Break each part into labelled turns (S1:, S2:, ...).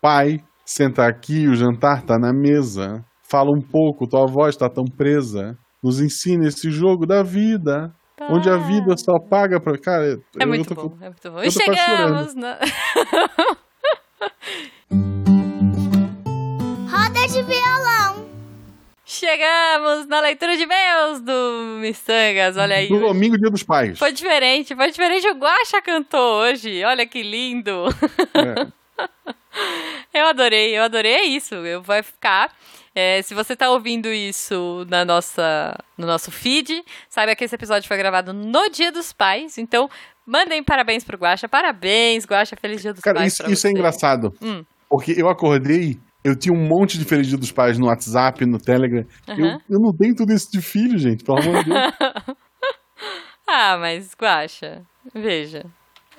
S1: Pai, senta aqui, o jantar tá na mesa. Fala um pouco, tua voz tá tão presa. Nos ensina esse jogo da vida. Onde a vida só paga pra. Cara,
S2: Tá. É
S1: eu-
S2: muito
S1: eu tô-
S2: bom, é muito bom.
S1: eu
S2: E
S1: tô quase
S2: chegamos na...
S3: Roda de violão.
S2: Chegamos na leitura de e-mails do Missangas, olha aí.
S1: No domingo, dia dos pais.
S2: É, Foi diferente, foi diferente. O Guaxa cantou hoje, olha que lindo.
S1: É.
S2: Eu adorei, eu adorei. É isso, eu vai ficar. É, se você tá ouvindo isso na nossa, no nosso feed, saiba que esse episódio foi gravado no Dia dos Pais. Então, mandem parabéns pro Guaxa. Parabéns, Guaxa. Feliz Dia dos
S1: Cara,
S2: Pais.
S1: isso,
S2: pra
S1: isso é
S2: você.
S1: engraçado.
S2: Hum.
S1: Porque eu acordei, eu tinha um monte de feliz dia dos pais no WhatsApp, no Telegram. Eu,
S2: Aham.
S1: eu não tenho tudo isso de filho, gente, pelo amor de Deus.
S2: Ah, mas Guaxa, veja.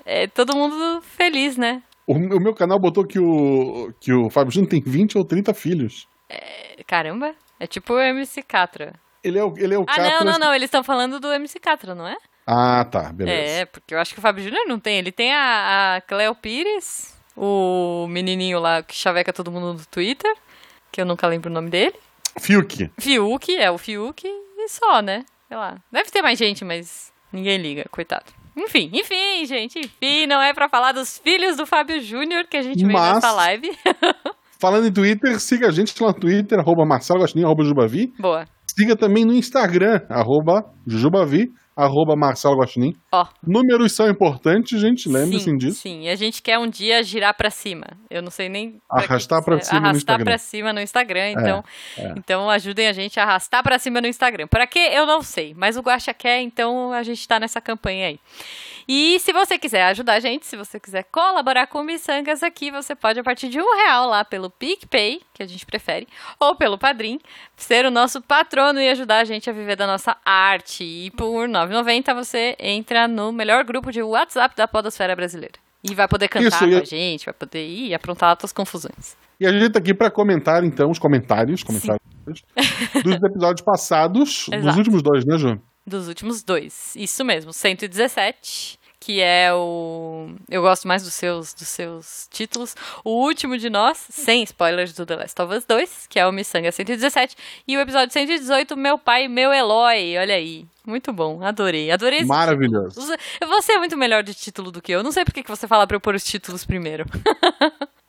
S2: É todo mundo feliz, né?
S1: O, o meu canal botou que o, que o Fábio Júnior tem 20 ou 30 filhos.
S2: Caramba, é tipo o MC Catra.
S1: Ele é o, ele é o
S2: Ah,
S1: Catra-
S2: não, não, não. Eles estão falando do MC Catra, não é?
S1: Ah, tá, beleza.
S2: É, porque eu acho que o Fábio Júnior não tem. Ele tem a, a Cleo Pires, o menininho lá que chaveca todo mundo no Twitter, que eu nunca lembro o nome dele.
S1: Fiuk.
S2: Fiuk, é o Fiuk, e só, né? Sei lá. Deve ter mais gente, mas ninguém liga, coitado. Enfim, enfim, gente, enfim, não é pra falar dos filhos do Fábio Júnior que a gente veio
S1: Mas-
S2: nessa live.
S1: Falando em Twitter, siga a gente lá no Twitter, arroba Marcelo Gostinho, arroba Jubavi.
S2: Boa.
S1: Siga também no Instagram, arroba Jujubavi, arroba Marcelo Gostinho.
S2: Ó.
S1: Números são importantes, gente, lembre-se
S2: sim,
S1: disso.
S2: Sim, e a gente quer um dia girar pra cima. Eu não sei nem. pra que
S1: Arrastar
S2: que
S1: pra
S2: serve.
S1: cima no
S2: Arrastar
S1: Instagram.
S2: pra cima no Instagram.
S1: É,
S2: Então, então ajudem a gente a arrastar pra cima no Instagram. Pra quê? Eu não sei. Mas o Guaxa quer, então a gente tá nessa campanha aí. E se você quiser ajudar a gente, se você quiser colaborar com o Missangas aqui, você pode a partir de um real lá pelo PicPay, que a gente prefere, ou pelo Padrim, ser o nosso patrono e ajudar a gente a viver da nossa arte. E por R$ 9,90 você entra no melhor grupo de WhatsApp da podosfera brasileira. E vai poder cantar
S1: Isso,
S2: com
S1: e- é
S2: a gente, vai poder ir e aprontar as tuas confusões.
S1: E a gente tá aqui pra comentar, então, os comentários, comentários dos episódios passados, dos
S2: Exato.
S1: últimos dois, né, Ju?
S2: Dos últimos dois. Isso mesmo, 117, que é o. Eu gosto mais dos seus, dos seus títulos. O último de nós, sem spoilers do The Last of Us 2, que é o Missanga 117. E o episódio 118, Meu Pai, Meu Eloy. Olha aí. Muito bom, adorei. Adorei esse.
S1: Maravilhoso.
S2: título. Você é muito melhor de título do que eu. Não sei por que que você fala pra eu pôr os títulos primeiro.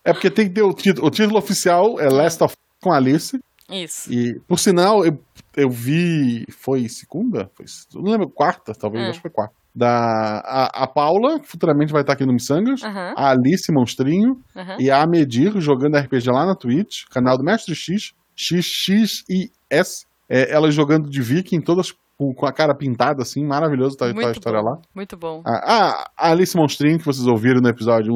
S1: É porque tem que ter o título. O título oficial é Last of Us com Alice.
S2: Isso.
S1: E, por sinal, eu, eu vi. Foi segunda? Foi, eu não lembro, quarta, talvez,
S2: Hum.
S1: acho que foi quarta. Da, a, a Paula, que futuramente vai estar aqui no Missangas.
S2: Aham,
S1: A Alice Monstrinho
S2: aham.
S1: e a Medir jogando RPG lá na Twitch, canal do Mestre X, XXIS. É, elas jogando de Viking, todas com com a cara pintada, assim, maravilhoso tá, tá a
S2: Muito
S1: história
S2: bom.
S1: lá.
S2: Muito bom.
S1: Ah, a Alice Monstrinho, que vocês ouviram no episódio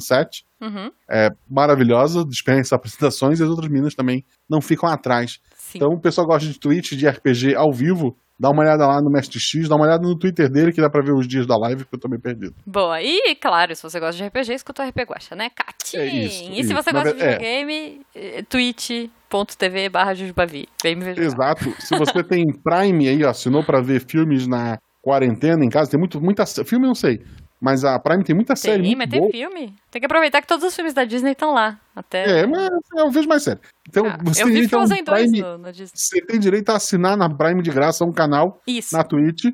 S1: 117,
S2: Uhum,
S1: é maravilhosa, dispensa apresentações e as outras meninas também não ficam atrás.
S2: Sim.
S1: Então, o pessoal gosta de Twitch, de RPG ao vivo, dá uma olhada lá no Mestre X, dá uma olhada no Twitter dele, que dá pra ver os dias da live, porque eu tô meio perdido.
S2: Boa. E, claro, se você gosta de RPG, escuta o RPG Guacha, né? Catim!
S1: É isso,
S2: e se
S1: isso.
S2: você
S1: Na
S2: gosta de
S1: ver- é.
S2: videogame, é. twitch.tv barra Jujubavi. Vem me ver. jogar.
S1: Exato. Se você tem Prime aí, ó, assinou pra ver filmes na quarentena em casa, tem muito, muita sé- filme, eu não sei, mas a Prime tem muita série
S2: Tem,
S1: é muito
S2: mas
S1: boa.
S2: tem filme. Tem que aproveitar que todos os filmes da Disney estão lá. Até...
S1: É, mas eu vejo mais sério. Então,
S2: né? Ah,
S1: você
S2: eu
S1: tem
S2: vi
S1: direito a um
S2: Frozen né? 2
S1: Prime,
S2: no, no Disney.
S1: você tem direito a assinar na Prime de graça um canal
S2: Isso.
S1: na Twitch.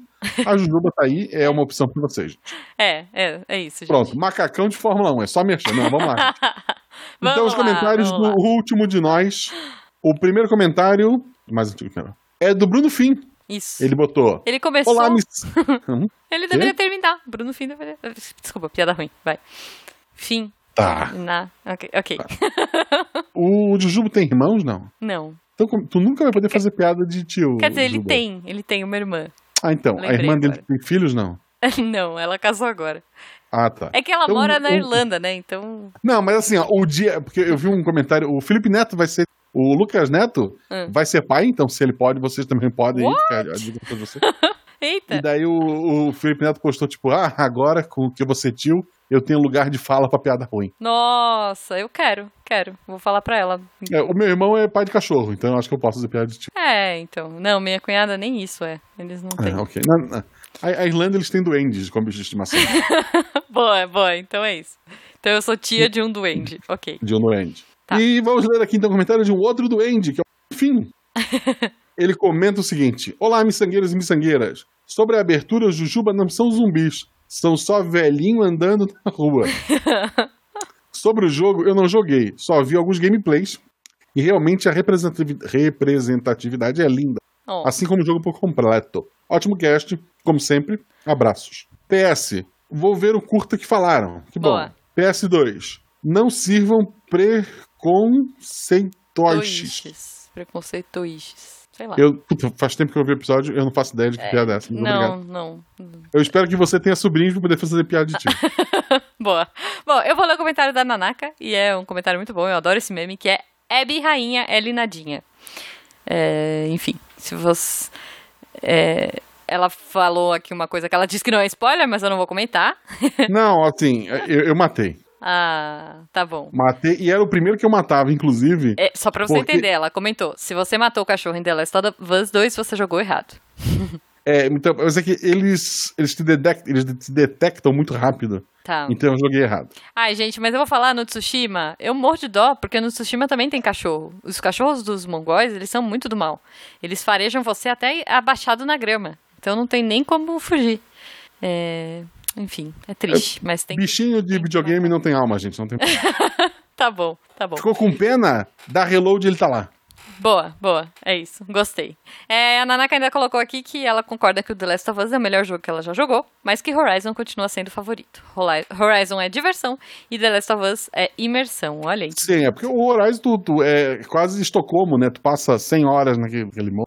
S1: A Jujuba tá aí, é uma opção pra vocês.
S2: É, é, é isso, gente.
S1: Pronto, macacão de Fórmula 1, é só mexer. Não, vamos lá.
S2: Vamos
S1: então, os
S2: lá,
S1: comentários
S2: vamos
S1: do
S2: lá.
S1: último de nós. O primeiro comentário, mais antigo primeiro, é do Bruno Fim.
S2: Isso. Ele,
S1: Ele botou.
S2: começou...
S1: Olá, miss. Hum,
S2: Ele deveria terminar. Bruno Fim deveria... Desculpa, piada ruim. Vai. Fim.
S1: tá.
S2: Na... Ok. ok.
S1: O Jujubo tem irmãos, não?
S2: Não.
S1: Então, como- tu nunca vai poder fazer piada de tio.
S2: É Quer dizer, ele
S1: Juba.
S2: tem. Ele tem uma irmã.
S1: Ah, então. a
S2: Lembrei
S1: irmã dele
S2: agora.
S1: tem filhos, não?
S2: Não, ela casou agora.
S1: Ah, tá.
S2: É que ela
S1: Então,
S2: mora na
S1: o-
S2: Irlanda, né? Então.
S1: Não, mas assim, ó, o dia. Porque eu vi um comentário. O Felipe Neto vai ser. O Lucas Neto
S2: Hum.
S1: vai ser pai, então se ele pode, vocês também podem. aí, fica a dica pra vocês.
S2: Eita!
S1: E daí o, o Felipe Neto postou, tipo, ah, agora com que você tio, eu tenho lugar de fala pra piada ruim.
S2: Nossa, eu quero, quero. Vou falar pra ela.
S1: É, o meu irmão é pai de cachorro, então eu acho que eu posso fazer piada de tio.
S2: É, então. Não, minha cunhada nem isso é. Eles não têm.
S1: É, ok. Na- na- A, a Irlanda, eles têm duendes como bicho de estimação.
S2: Boa, boa, então é isso. Então eu sou tia de um duende. Ok.
S1: de um duende.
S2: Tá.
S1: E vamos ler aqui então o comentário de um outro duende, que é o Fim. Ele comenta o seguinte: Olá, miçangueiros e miçangueiras. Sobre a abertura, Jujuba não são zumbis, são só velhinho andando na rua. Sobre o jogo, eu não joguei, só vi alguns gameplays. E realmente a representativi- representatividade é linda,
S2: Oh,
S1: assim como o jogo por completo. Ótimo cast, como sempre. Abraços. PS, vou ver o curta que falaram. Que bom.
S2: Boa.
S1: PS2, não sirvam preconceitoiches.
S2: toiches. Preconceitoiches. Sei lá.
S1: Eu, puta, faz tempo que eu vi o episódio, eu não faço ideia de que piada é essa. Muito obrigado.
S2: não, não.
S1: Eu espero que você tenha sobrinhos pra poder fazer piada de ti.
S2: Boa. Bom, eu vou ler o comentário da Nanaka, e é um comentário muito bom, eu adoro esse meme, que é Hebe Rainha é Linadinha. É, enfim, se você. é, ela falou aqui uma coisa que ela disse que não é spoiler, mas eu não vou comentar.
S1: não, assim, eu, eu matei.
S2: Ah, tá bom.
S1: Matei, e era o primeiro que eu matava, inclusive.
S2: É, só pra você
S1: Porque-
S2: entender, ela comentou: se você matou o cachorro em The Last of Us 2, você jogou errado.
S1: É, então, mas é que eles, eles, te detect, eles te detectam muito rápido.
S2: Tá.
S1: Então eu joguei errado.
S2: Ai, gente, mas eu vou falar no Tsushima. Eu morro de dó, porque no Tsushima também tem cachorro. Os cachorros dos mongóis, eles são muito do mal. Eles farejam você até abaixado na grama. Então não tem nem como fugir. É, Enfim, é triste, mas tem que...
S1: Bichinho de
S2: tem que
S1: videogame
S2: matar.
S1: não tem alma, gente. Não tem...
S2: Tá bom, tá bom.
S1: Ficou com pena? Dá reload ele tá lá.
S2: Boa, boa. É isso. Gostei. É, a Nanaka ainda colocou aqui que ela concorda que o The Last of Us é o melhor jogo que ela já jogou, mas que Horizon continua sendo o favorito. Holi- Horizon é diversão e The Last of Us é imersão. Olha aí.
S1: Sim, é porque o Horizon tu, tu é quase Estocolmo, né? Tu passa 100 horas naquele, naquele mo-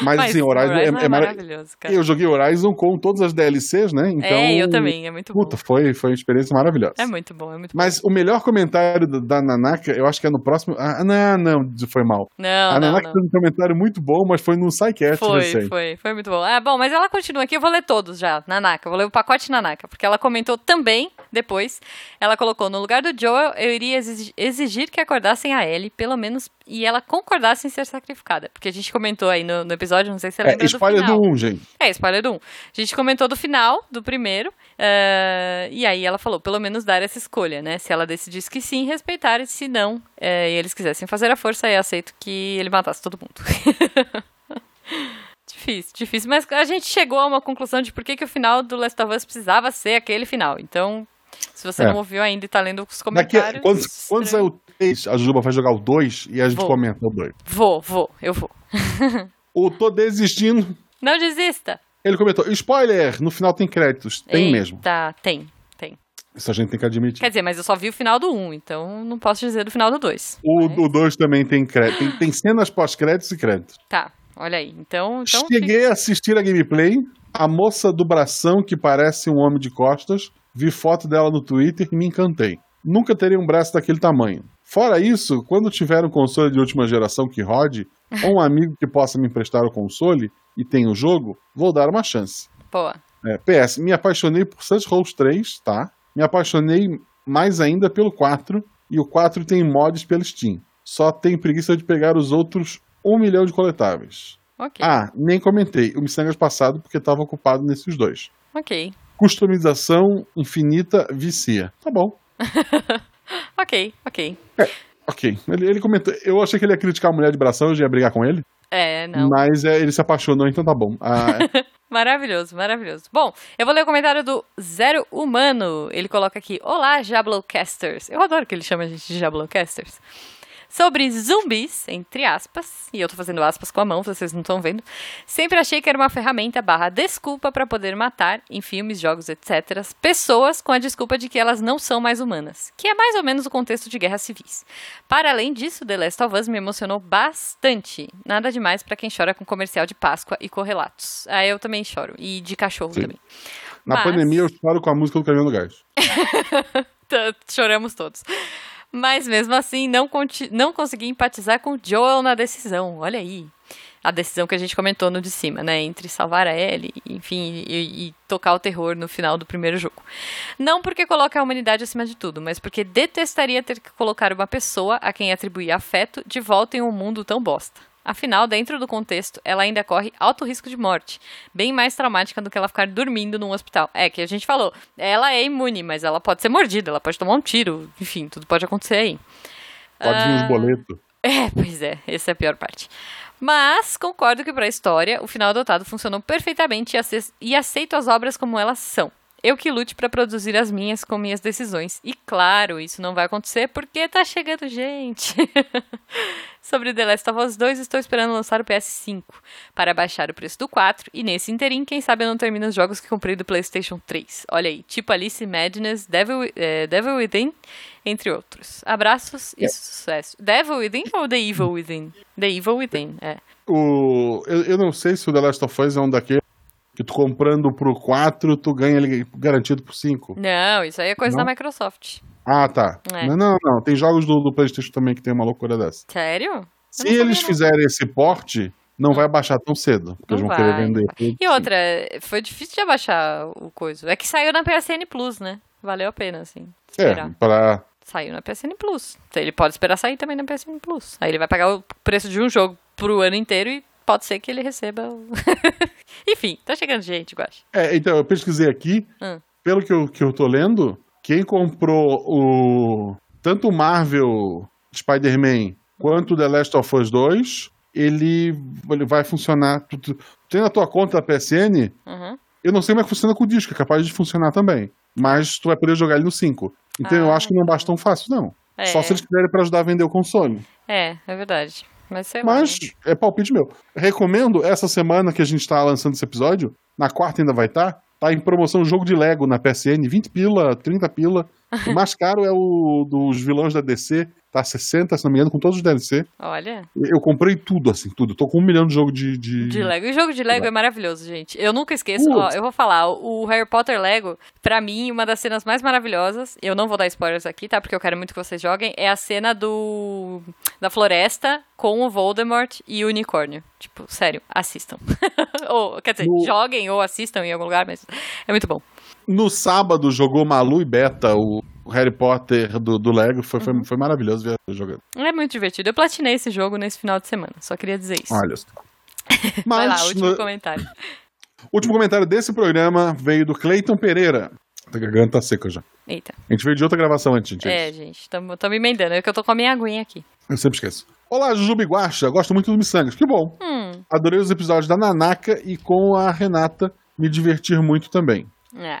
S1: Mas, assim, o Horizon, é- é, mara-
S2: maravilhoso, cara.
S1: Eu joguei Horizon com todas as DLCs, né? Então,
S2: É, eu também, é muito
S1: Puta,
S2: bom.
S1: foi, foi uma experiência maravilhosa.
S2: É muito bom, é muito bom.
S1: Mas o melhor comentário da- da Nanaka, eu acho que é no próximo. Ah, não, não, foi mal.
S2: Não,
S1: a
S2: Ah, não,
S1: Nanaka
S2: não.
S1: fez um comentário muito bom, mas foi num sidecast
S2: Foi,
S1: recente.
S2: foi, foi muito bom. Ah, bom, mas ela continua aqui, eu vou ler todos já, Nanaka, eu vou ler o pacote Nanaka, porque ela comentou também, depois, ela colocou, no lugar do Joel, eu iria exi- exigir que acordassem a Ellie, pelo menos, e ela concordasse em ser sacrificada, porque a gente comentou aí no, no episódio, não sei se você lembra
S1: É,
S2: do
S1: spoiler
S2: final.
S1: do 1, gente.
S2: É, spoiler 1. A gente comentou do final, do primeiro, eh, e aí ela falou, pelo menos dar essa escolha, né? Se ela decidisse que sim, respeitar, e se não, eh, e eles quisessem fazer a força, aí aceito que ele matasse todo mundo. difícil, difícil. Mas a gente chegou a uma conclusão de por que, que o final do Last of Us precisava ser aquele final. Então, se você
S1: É.
S2: não ouviu ainda e tá lendo os
S1: Daqui
S2: comentários...
S1: a, quando, quando sair o 3, a Juba vai jogar o 2 e a gente
S2: Vou.
S1: comenta o 2.
S2: Vou, vou, eu vou.
S1: O Tô Desistindo,
S2: Não desista!
S1: ele comentou: spoiler, no final tem créditos. Tem
S2: Eita,
S1: mesmo.
S2: tem, tem.
S1: Isso a gente tem que admitir.
S2: Quer dizer, mas eu só vi o final do 1, então não posso dizer do final do 2.
S1: O 2 também tem crédito. Tem, tem cenas pós-créditos e créditos.
S2: Tá, olha aí. Então, então
S1: Cheguei a assistir a gameplay. A moça do bração que parece um homem de costas. Vi foto dela no Twitter e me encantei. Nunca teria um braço daquele tamanho. Fora isso, quando tiver um console de última geração que rode, ou um amigo que possa me emprestar o console e tenha o jogo, vou dar uma chance.
S2: boa.
S1: É, PS, me apaixonei por Such Rolls 3, tá? Me apaixonei mais ainda pelo 4, e o 4 tem mods pelo Steam. Só tem preguiça de pegar os outros 1 milhão de coletáveis.
S2: Ok,
S1: Ah, nem comentei. O Missangas é passado porque estava ocupado nesses dois.
S2: ok,
S1: Customização infinita vicia. Tá bom.
S2: ok, ok.
S1: Ok. Ele, ele comentou. Eu achei que ele ia criticar a mulher de bração, eu já ia brigar com ele.
S2: É, não.
S1: Mas é, ele se apaixonou, então tá bom. Ah,
S2: Maravilhoso, maravilhoso. Bom, eu vou ler o comentário do Zero Humano. Ele coloca aqui: Olá, Jablocasters. Eu adoro que ele chama a gente de Jablocasters. Sobre zumbis, entre aspas, e eu tô fazendo aspas com a mão, vocês não estão vendo. Sempre achei que era uma ferramenta barra desculpa para poder matar, em filmes, jogos, etc., pessoas com a desculpa de que elas não são mais humanas, que é mais ou menos o contexto de guerras civis. Para além disso, The Last of Us me emocionou bastante. Nada demais pra quem chora com comercial de Páscoa e correlatos. Ah, eu também choro. E de cachorro
S1: Sim.
S2: também.
S1: na
S2: Mas-
S1: pandemia eu choro com a música do Caminhão do Gás.
S2: Tá, Choramos todos. Mas mesmo assim, não, conti- não consegui empatizar com o Joel na decisão. Olha aí. A decisão que a gente comentou no de cima, né? Entre salvar a Ellie, enfim, e, e tocar o terror no final do primeiro jogo. Não porque coloca a humanidade acima de tudo, mas porque detestaria ter que colocar uma pessoa a quem atribuir afeto de volta em um mundo tão bosta. Afinal, dentro do contexto, ela ainda corre alto risco de morte, bem mais traumática do que ela ficar dormindo num hospital. É que a gente falou, ela é imune, mas ela pode ser mordida, ela pode tomar um tiro, enfim, tudo pode acontecer aí.
S1: Pode
S2: Ah.
S1: vir os boletos.
S2: É, pois é, essa é a pior parte. Mas concordo que para a história, o final adotado funcionou perfeitamente e, ace e aceito as obras como elas são. Eu que lute para produzir as minhas com minhas decisões. E claro, isso não vai acontecer porque tá chegando gente. Sobre The Last of Us 2, estou esperando lançar o PS5 para baixar o preço do 4 e nesse interim, quem sabe eu não termino os jogos que comprei do PlayStation 3. Olha aí, tipo Alice Madness, Devil, eh, Devil Within, entre outros. Abraços
S1: É.
S2: e sucesso. Devil Within ou The Evil Within? The Evil Within, é.
S1: O... Eu, eu não sei se o The Last of Us é um daqueles que tu comprando pro 4, tu ganha ele garantido pro 5.
S2: Não, isso aí é coisa
S1: Não?
S2: da Microsoft.
S1: Ah, tá.
S2: É.
S1: Não, não, não. Tem jogos do, do PlayStation também que tem uma loucura dessa.
S2: Sério?
S1: Se
S2: não sabia,
S1: eles
S2: não.
S1: fizerem esse porte, não vai baixar tão cedo. Porque eles
S2: Não
S1: vão querer
S2: vai,
S1: vender.
S2: não E outra, foi difícil de abaixar o coisa. É que saiu na PSN Plus, né? Valeu a pena, assim. Esperar.
S1: É, pra.
S2: Saiu na PSN Plus. Ele pode esperar sair também na PSN Plus. Aí ele vai pagar o preço de um jogo pro ano inteiro e pode ser que ele receba. o- Enfim, tá chegando gente, eu acho.
S1: É, então, eu pesquisei aqui,
S2: Hum.
S1: pelo que eu, que eu tô lendo, quem comprou o. Tanto o Marvel Spider-Man quanto o The Last of Us 2, ele, ele vai funcionar. Tu, tu, tem na tua conta da PSN,
S2: Uhum.
S1: eu não sei como é que funciona com o disco, é capaz de funcionar também. Mas tu vai poder jogar ele no 5. Então eu
S2: Ah.
S1: acho que não baixa tão fácil, não.
S2: É,
S1: Só se eles quiserem pra ajudar a vender o console.
S2: é, é verdade. Mas sei lá.
S1: Mas
S2: né?
S1: é palpite meu. Recomendo essa semana que a gente tá lançando esse episódio, na quarta ainda vai estar, tá, em promoção jogo de Lego na PSN, 20 pila, 30 pila. O mais caro é o dos vilões da DC, tá 60, se não me engano, com todos os DLC.
S2: Olha,
S1: Eu comprei tudo, assim, tudo. Tô com um milhão de jogo de. de...
S2: de Lego. E o jogo de Lego
S1: Lego.
S2: é maravilhoso, gente. Eu nunca esqueço.
S1: Uhum. Putz.
S2: Ó, eu vou falar. O Harry Potter Lego, pra mim, uma das cenas mais maravilhosas. Eu não vou dar spoilers aqui, tá? Porque eu quero muito que vocês joguem. É a cena do. da floresta com o Voldemort e o unicórnio. Tipo, sério, assistam. ou, quer dizer,
S1: No-
S2: joguem ou assistam em algum lugar, mas é muito bom.
S1: No sábado jogou Malu e Beta, o Harry Potter do, do Lego. Foi,
S2: Uhum.
S1: foi, foi maravilhoso ver ela jogando.
S2: É muito divertido. Eu platinei esse jogo nesse final de semana. Só queria dizer isso.
S1: Olha só.
S2: Vai lá,
S1: Mas,
S2: último
S1: no-
S2: comentário.
S1: último comentário desse programa veio do Cleiton Pereira. A garganta tá seca já.
S2: Eita.
S1: A gente veio de outra gravação antes, gente.
S2: É, gente, estamos emendando. É que eu tô com a minha aguinha aqui.
S1: Eu sempre esqueço. Olá, Jujuba e Guaxa. Gosto muito do Missangas. Que bom.
S2: Hum.
S1: Adorei os episódios da Nanaka e com a Renata. Me divertir muito também.
S2: É.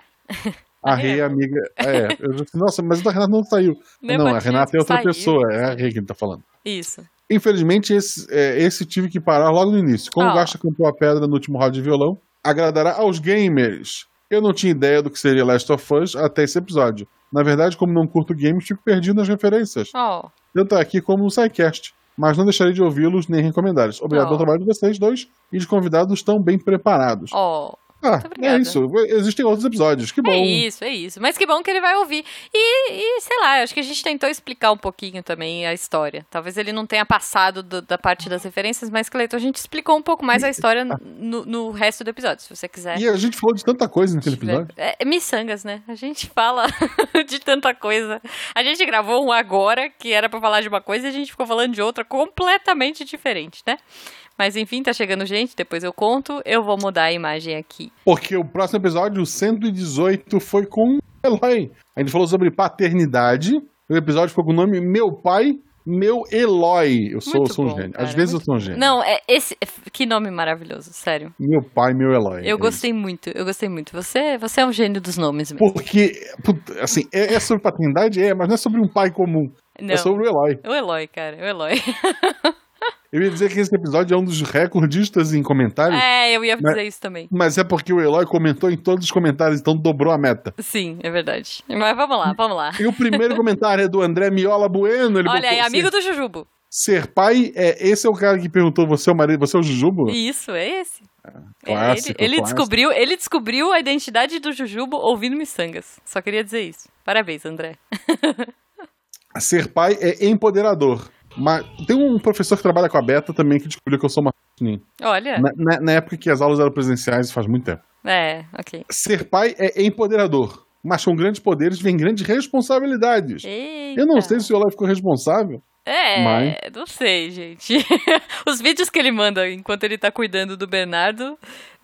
S1: A
S2: A
S1: Rei,
S2: Renata.
S1: amiga. É, eu já disse, nossa, mas a Renata não saiu.
S2: Não,
S1: não, a
S2: mas
S1: Renata é outra
S2: saiu.
S1: pessoa. É a Rei que ele tá falando.
S2: Isso.
S1: Infelizmente, esse, é, esse tive que parar logo no início. Como
S2: Ah.
S1: o Guaxa cantou a pedra no último round de violão, agradará aos gamers. Eu não tinha ideia do que seria Last of Us até esse episódio. Na verdade, como não curto games, fico perdido nas referências.
S2: Ó.
S1: tanto aqui como no SciCast, mas não deixarei de ouvi-los nem recomendá-los. Obrigado
S2: Oh.
S1: pelo trabalho de vocês dois e de convidados tão bem preparados.
S2: Ó.
S1: ah,
S2: obrigada.
S1: é isso. Existem outros episódios. Que bom.
S2: É isso, é isso. Mas que bom que ele vai ouvir. E, e, sei lá, eu acho que a gente tentou explicar um pouquinho também a história. Talvez ele não tenha passado do- da parte das referências, mas, Cleiton, a gente explicou um pouco mais a história no, no resto do episódio, se você quiser.
S1: E a gente falou de tanta coisa naquele episódio.
S2: É, é miçangas, né? A gente fala de tanta coisa. A gente gravou um agora que era pra falar de uma coisa e a gente ficou falando de outra completamente diferente, né? Mas enfim, tá chegando gente, depois eu conto. Eu vou mudar a imagem aqui.
S1: Porque o próximo episódio, o 118, foi com Eloy. A gente falou sobre paternidade. O episódio ficou com o nome Meu Pai, Meu Eloy. Eu sou,
S2: Muito
S1: eu sou um
S2: bom,
S1: gênio.
S2: cara,
S1: Às vezes eu
S2: muito
S1: sou um gênio.
S2: Não, é esse. Que nome maravilhoso, sério.
S1: Meu pai, meu Eloy.
S2: Eu
S1: É
S2: gostei muito, eu gostei muito. Você, você é um gênio dos nomes mesmo.
S1: Porque, put- assim, é, é sobre paternidade? É, mas não é sobre um pai comum.
S2: Não.
S1: É sobre o Eloy.
S2: O Eloy, cara, o Eloy.
S1: Eu ia dizer que esse episódio é um dos recordistas em comentários,
S2: É, eu ia
S1: Mas-
S2: dizer isso também.
S1: mas é porque o Eloy comentou em todos os comentários, então dobrou a meta.
S2: Sim, é verdade. Mas vamos lá, vamos lá.
S1: E o primeiro comentário é do André Miola Bueno. Ele
S2: Olha
S1: botou,
S2: aí,
S1: ser,
S2: amigo do Jujubo.
S1: ser pai, é, esse é o cara que perguntou, você é o marido, você é o Jujubo?
S2: Isso, é esse. É,
S1: Ah, clássico,
S2: ele, ele
S1: clássico.
S2: descobriu, ele descobriu a identidade do Jujubo ouvindo miçangas. Só queria dizer isso. Parabéns, André.
S1: Ser pai é empoderador. Mas tem um professor que trabalha com a Beta também que descobriu que eu sou uma...
S2: Olha,
S1: Na, na- na época que as aulas eram presenciais, faz muito tempo.
S2: é, ok.
S1: Ser pai é empoderador, mas com grandes poderes vem grandes responsabilidades. Eu não sei se o Eloy ficou responsável,
S2: É,
S1: Mas-
S2: não sei, gente. Os vídeos que ele manda enquanto ele tá cuidando do Bernardo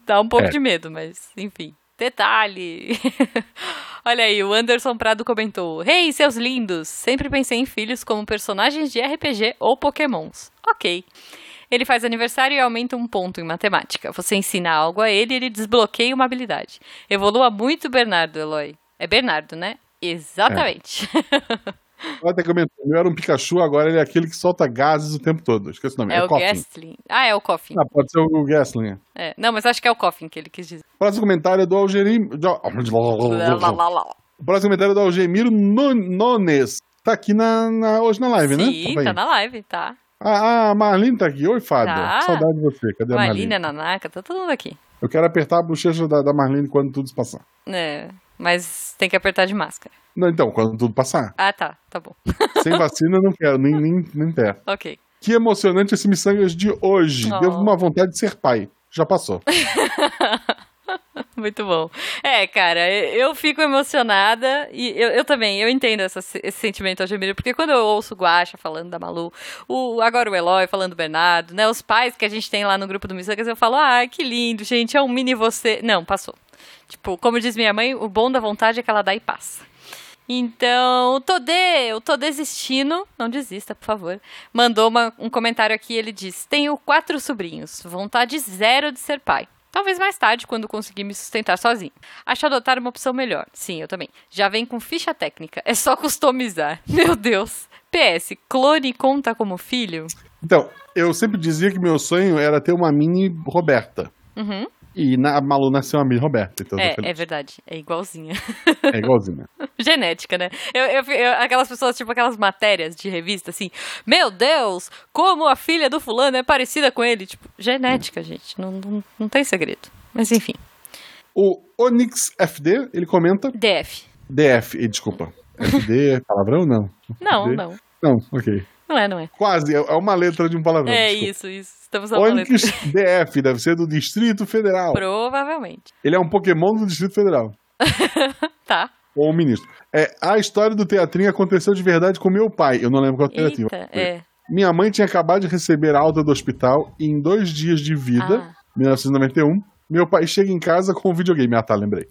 S2: dá um pouco
S1: É.
S2: de medo, mas enfim. Detalhe! Olha aí, o Anderson Prado comentou: Hey, seus lindos! Sempre pensei em filhos como personagens de RPG ou pokémons. Ok. Ele faz aniversário e aumenta um ponto em matemática. Você ensina algo a ele e ele desbloqueia uma habilidade. Evolua muito, Bernardo, Eloy. É Bernardo, né? Exatamente.
S1: É. Ela até comentou, eu era um Pikachu, agora ele é aquele que solta gases o tempo todo. Esqueci o nome.
S2: É,
S1: É,
S2: o
S1: Coffin.
S2: Gastling. Ah, é o Coffin.
S1: Ah, pode ser o Gessling.
S2: É, Não, mas acho que é o Coffin que ele quis dizer.
S1: Próximo comentário é do Algerim...
S2: Lá, lá, lá, lá.
S1: O próximo comentário é do Algemiro Non- Nones. Tá aqui na, na- hoje na live, né?
S2: Sim,
S1: aí.
S2: tá na live, tá.
S1: Ah, a Marlene tá aqui. Oi, Fábio.
S2: Tá.
S1: Saudade de você. Cadê a Marlene?
S2: Marlene, a Nanaka, tá todo mundo aqui.
S1: Eu quero apertar a bochecha da, da Marlene quando tudo se passar.
S2: É, mas tem que apertar de máscara.
S1: Não, então, quando tudo passar.
S2: Ah, tá, tá bom.
S1: Sem vacina eu não quero, nem, nem, nem perto.
S2: ok.
S1: Que emocionante esse Missangas de hoje.
S2: Oh.
S1: Deu uma vontade de ser pai. Já passou.
S2: Muito bom. É, cara, eu eu fico emocionada e eu, eu também, eu entendo essa se- esse sentimento, Algemiro, porque quando eu ouço o Guaxa falando da Malu, o, agora o Eloy falando do Bernardo, né, os pais que a gente tem lá no grupo do Missangas, eu falo, ai, que lindo, gente, é um mini você. Não, passou. Tipo, como diz minha mãe, o bom da vontade é que ela dá e passa. Então, o Todê, o Todê Desistindo, não desista, por favor, mandou uma- um comentário aqui. Ele diz: Tenho quatro sobrinhos, vontade zero de ser pai. Talvez mais tarde, quando conseguir me sustentar sozinho. Acho adotar uma opção melhor. Sim, eu também. Já vem com ficha técnica, é só customizar. Meu Deus. PS, clone conta como filho?
S1: Então, eu sempre dizia que meu sonho era ter uma mini Roberta.
S2: Uhum.
S1: E na, a Malu nasceu uma mini Roberta. Então eu tô
S2: É, é
S1: feliz.
S2: verdade, é igualzinha.
S1: é igualzinho.
S2: Genética, né? Eu, eu, eu- aquelas pessoas, tipo, aquelas matérias de revista, assim, meu Deus, como a filha do fulano é parecida com ele. Tipo,
S1: Hum.
S2: genética, gente, não, não, não tem segredo. Mas enfim,
S1: O Onyx FD, ele comenta.
S2: DF.
S1: DF, eh, desculpa. FD é palavrão? Não.
S2: Não,
S1: FD?
S2: não.
S1: Não, ok.
S2: Não é, não é.
S1: Quase, é é uma letra de um palavrão.
S2: é
S1: desculpa.
S2: isso, isso. Estamos na
S1: Onyx
S2: letra.
S1: DF, deve ser do Distrito Federal.
S2: Provavelmente.
S1: Ele é um Pokémon do Distrito Federal.
S2: Tá.
S1: Ou um ministro. É, a história do teatrinho aconteceu de verdade com meu pai. Eu não lembro qual teatrinho.
S2: Eita, é.
S1: Minha mãe tinha acabado de receber alta do hospital e em dois dias de vida,
S2: Ah.
S1: 1991, meu pai chega em casa com um videogame. Ah, tá, lembrei.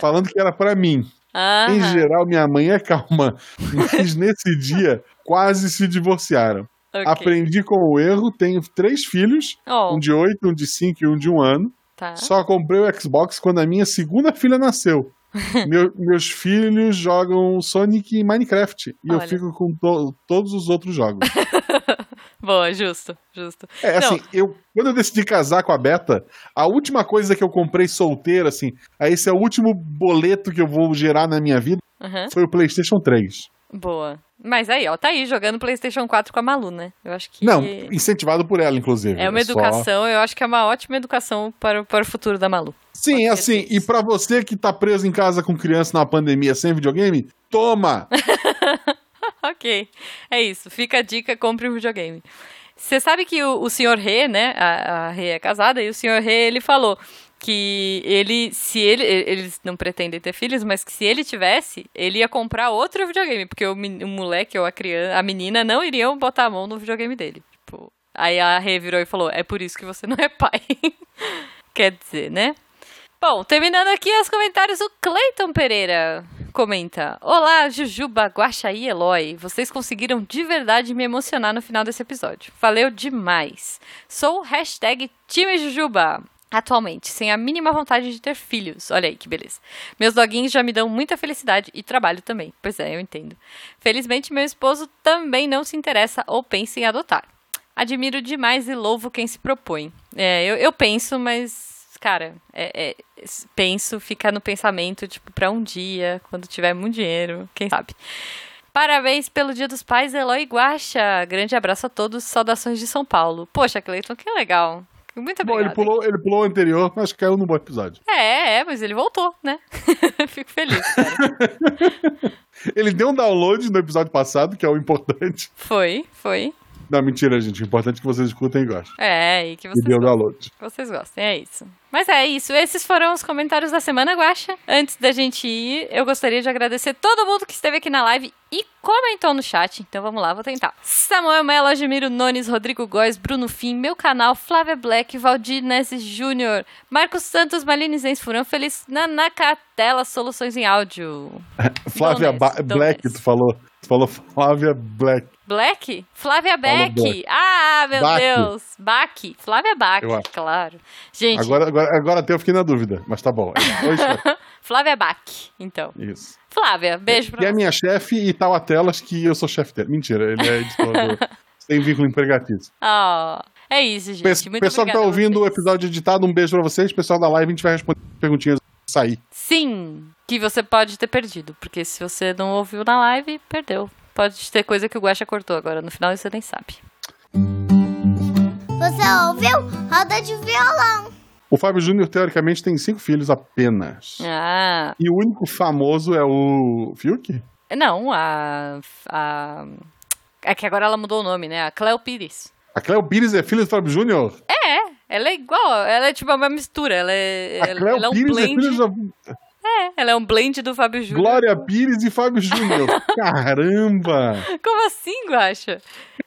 S1: Falando que era pra mim. Em
S2: Ah. Aham,
S1: geral, minha mãe é calma, mas nesse dia quase se divorciaram.
S2: ok.
S1: Aprendi com o erro, tenho três filhos,
S2: Oh,
S1: um de oito, um de cinco e um de um ano.
S2: tá.
S1: Só comprei o Xbox quando a minha segunda filha nasceu. Meu- meus filhos jogam Sonic e Minecraft. E
S2: Olha.
S1: eu fico com to- todos os outros jogos.
S2: Boa, justo, justo.
S1: É,
S2: Não.
S1: assim, eu, quando eu decidi casar com a Beta, a última coisa que eu comprei solteira, assim, ah, esse é o último boleto que eu vou gerar na minha vida,
S2: Aham.
S1: foi o PlayStation 3.
S2: Boa. Mas aí, ó, tá aí jogando PlayStation 4 com a Malu, né? Eu acho que.
S1: Não, incentivado por ela, inclusive.
S2: É uma
S1: só-
S2: educação, eu acho que é uma ótima educação para, o- para o futuro da Malu.
S1: Sim, é assim, e pra você que tá preso em casa com criança na pandemia sem videogame, toma!
S2: ok, é isso. Fica a dica, compre um videogame. Você sabe que o, o senhor Rê, né? A, a Rê é casada, e o senhor Rê, ele falou que ele, se ele, e- eles não pretendem ter filhos, mas que se ele tivesse, ele ia comprar outro videogame, porque o, men- o moleque ou a criança, a menina, não iriam botar a mão no videogame dele. Tipo, aí a Rê virou e falou, é por isso que você não é pai. Quer dizer, né? Bom, terminando aqui os comentários, o Cleiton Pereira comenta: Olá, Jujuba, Guaxaí e Eloy. Vocês conseguiram de verdade me emocionar no final desse episódio. Valeu demais. Sou o hashtag Time Jujuba. Atualmente, sem a mínima vontade de ter filhos. Olha aí que beleza. Meus doguinhos já me dão muita felicidade e trabalho também. Pois é, eu entendo. Felizmente, meu esposo também não se interessa ou pensa em adotar. Admiro demais e louvo quem se propõe. É, eu, eu penso, mas cara, é- é- s- penso, fica no pensamento, tipo, pra um dia, quando tiver muito dinheiro, quem sabe. Parabéns pelo Dia dos Pais, Eloy Guaxa. Grande abraço a todos, saudações de São Paulo. Poxa, Cleiton, que legal. Muito
S1: Bom, ele
S2: obrigada.
S1: pulou, ele pulou o anterior, mas caiu no bom episódio.
S2: É, é, mas ele voltou, né? Fico feliz, cara.
S1: Ele deu um download no episódio passado, que é o importante.
S2: foi, foi.
S1: Não, mentira, gente. O importante é que vocês escutem e gostem.
S2: É, e que
S1: E
S2: vocês,
S1: dê o
S2: gostem,
S1: download.
S2: vocês gostem, é isso. Mas é isso, esses foram os comentários da semana, Guaxa. Antes da gente ir, eu gostaria de agradecer todo mundo que esteve aqui na live e comentou no chat. Então vamos lá, vou tentar. Samuel Melo, Admiro Nunes, Rodrigo Góes, Bruno Fim, meu canal, Flávia Black, Valdir Nesses Júnior, Marcos Santos, Maline Zens, Furão Feliz, Nanacatela, Soluções em Áudio.
S1: Flávia
S2: Domes,
S1: Ba-
S2: Domes.
S1: Black, tu falou. Tu falou Flávia Black.
S2: Black? Flávia Beck.
S1: Black.
S2: Ah, meu
S1: Bach.
S2: Deus. Bach. Flávia Bach,
S1: Eu acho.
S2: claro. Gente,
S1: Agora, agora, agora até eu fiquei na dúvida, mas tá bom. Oi, chefe.
S2: Flávia Bach, então.
S1: Isso.
S2: Flávia, beijo pra
S1: E a
S2: você.
S1: minha chefe e tal a telas que eu sou chefe dele. Mentira, ele é editor do... Sem vínculo empregatício.
S2: Ó, é isso, gente.
S1: Pes-
S2: Muito
S1: pessoal que tá
S2: obrigada a
S1: ouvindo o
S2: vocês.
S1: episódio editado, um beijo pra vocês. Pessoal da live, a gente vai responder perguntinhas sair.
S2: Sim, que você pode ter perdido. Porque se você não ouviu na live, perdeu. Pode ter coisa que o Guaxa cortou agora no final e você nem sabe.
S3: Você ouviu? Roda de violão.
S1: O Fábio Júnior, teoricamente, tem cinco filhos apenas.
S2: Ah,
S1: E o único famoso é o Fiuk?
S2: não, a, a... É que agora ela mudou o nome, né? A Cleo Pires.
S1: A Cleo Pires é filha do Fábio Júnior?
S2: É, ela é igual, ela é tipo uma mistura, ela é,
S1: A
S2: ela,
S1: Cleo
S2: ela é um
S1: Pires é
S2: blend,
S1: filha da
S2: é, ela é um blend do Fábio Júnior.
S1: Glória Pires e Fábio Júnior. Caramba!
S2: Como assim, Guaxa?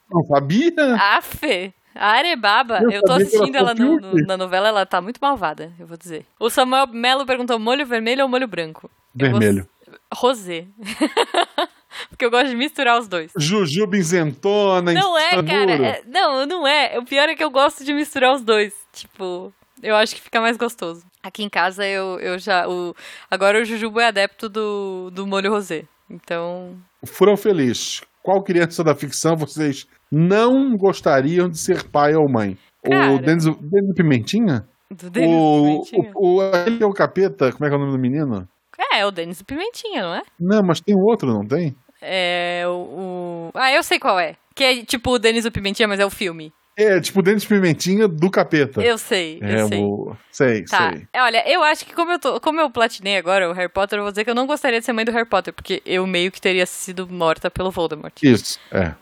S1: Não
S2: Ah,
S1: sabia?
S2: Afe, a Arebaba,
S1: Eu
S2: eu, tô
S1: sabia que ela
S2: assistindo ela no-
S1: fosse
S2: no-
S1: útil.
S2: na novela, ela tá muito malvada, eu vou dizer. O Samuel Melo perguntou, molho vermelho ou molho branco? Eu
S1: Vermelho.
S2: Gosto... Rosé. Porque eu gosto de misturar os dois.
S1: Jujuba isentona,
S2: Não é, cara.
S1: insalubre.
S2: é- não, não é. O pior é que eu gosto de misturar os dois. Tipo, eu acho que fica mais gostoso. Aqui em casa eu, eu já. O, agora o Jujubo é adepto do, do molho rosé. Então.
S1: Furão Feliz. Qual criança da ficção vocês não gostariam de ser pai ou mãe?
S2: Cara.
S1: O Denis, Denis Pimentinha?
S2: Do Denis
S1: o,
S2: Pimentinha.
S1: o, o, aquele que é o capeta, como é que é o nome do menino?
S2: É, o Denis Pimentinha, não é?
S1: Não, mas tem outro, não tem?
S2: É o, o- Ah, eu sei qual é. Que é tipo o Denis o Pimentinha, mas é o filme.
S1: É, tipo o Denis Pimentinha do capeta.
S2: Eu sei, eu
S1: é,
S2: sei.
S1: o... Sei,
S2: Tá.
S1: sei.
S2: É, Olha, eu acho que como eu, tô, como eu platinei agora o Harry Potter, eu vou dizer que eu não gostaria de ser mãe do Harry Potter, porque eu meio que teria sido morta pelo Voldemort.
S1: Isso, é.
S3: tá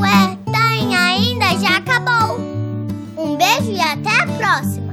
S3: Ué, tem ainda? Já acabou. Um beijo e até a próxima.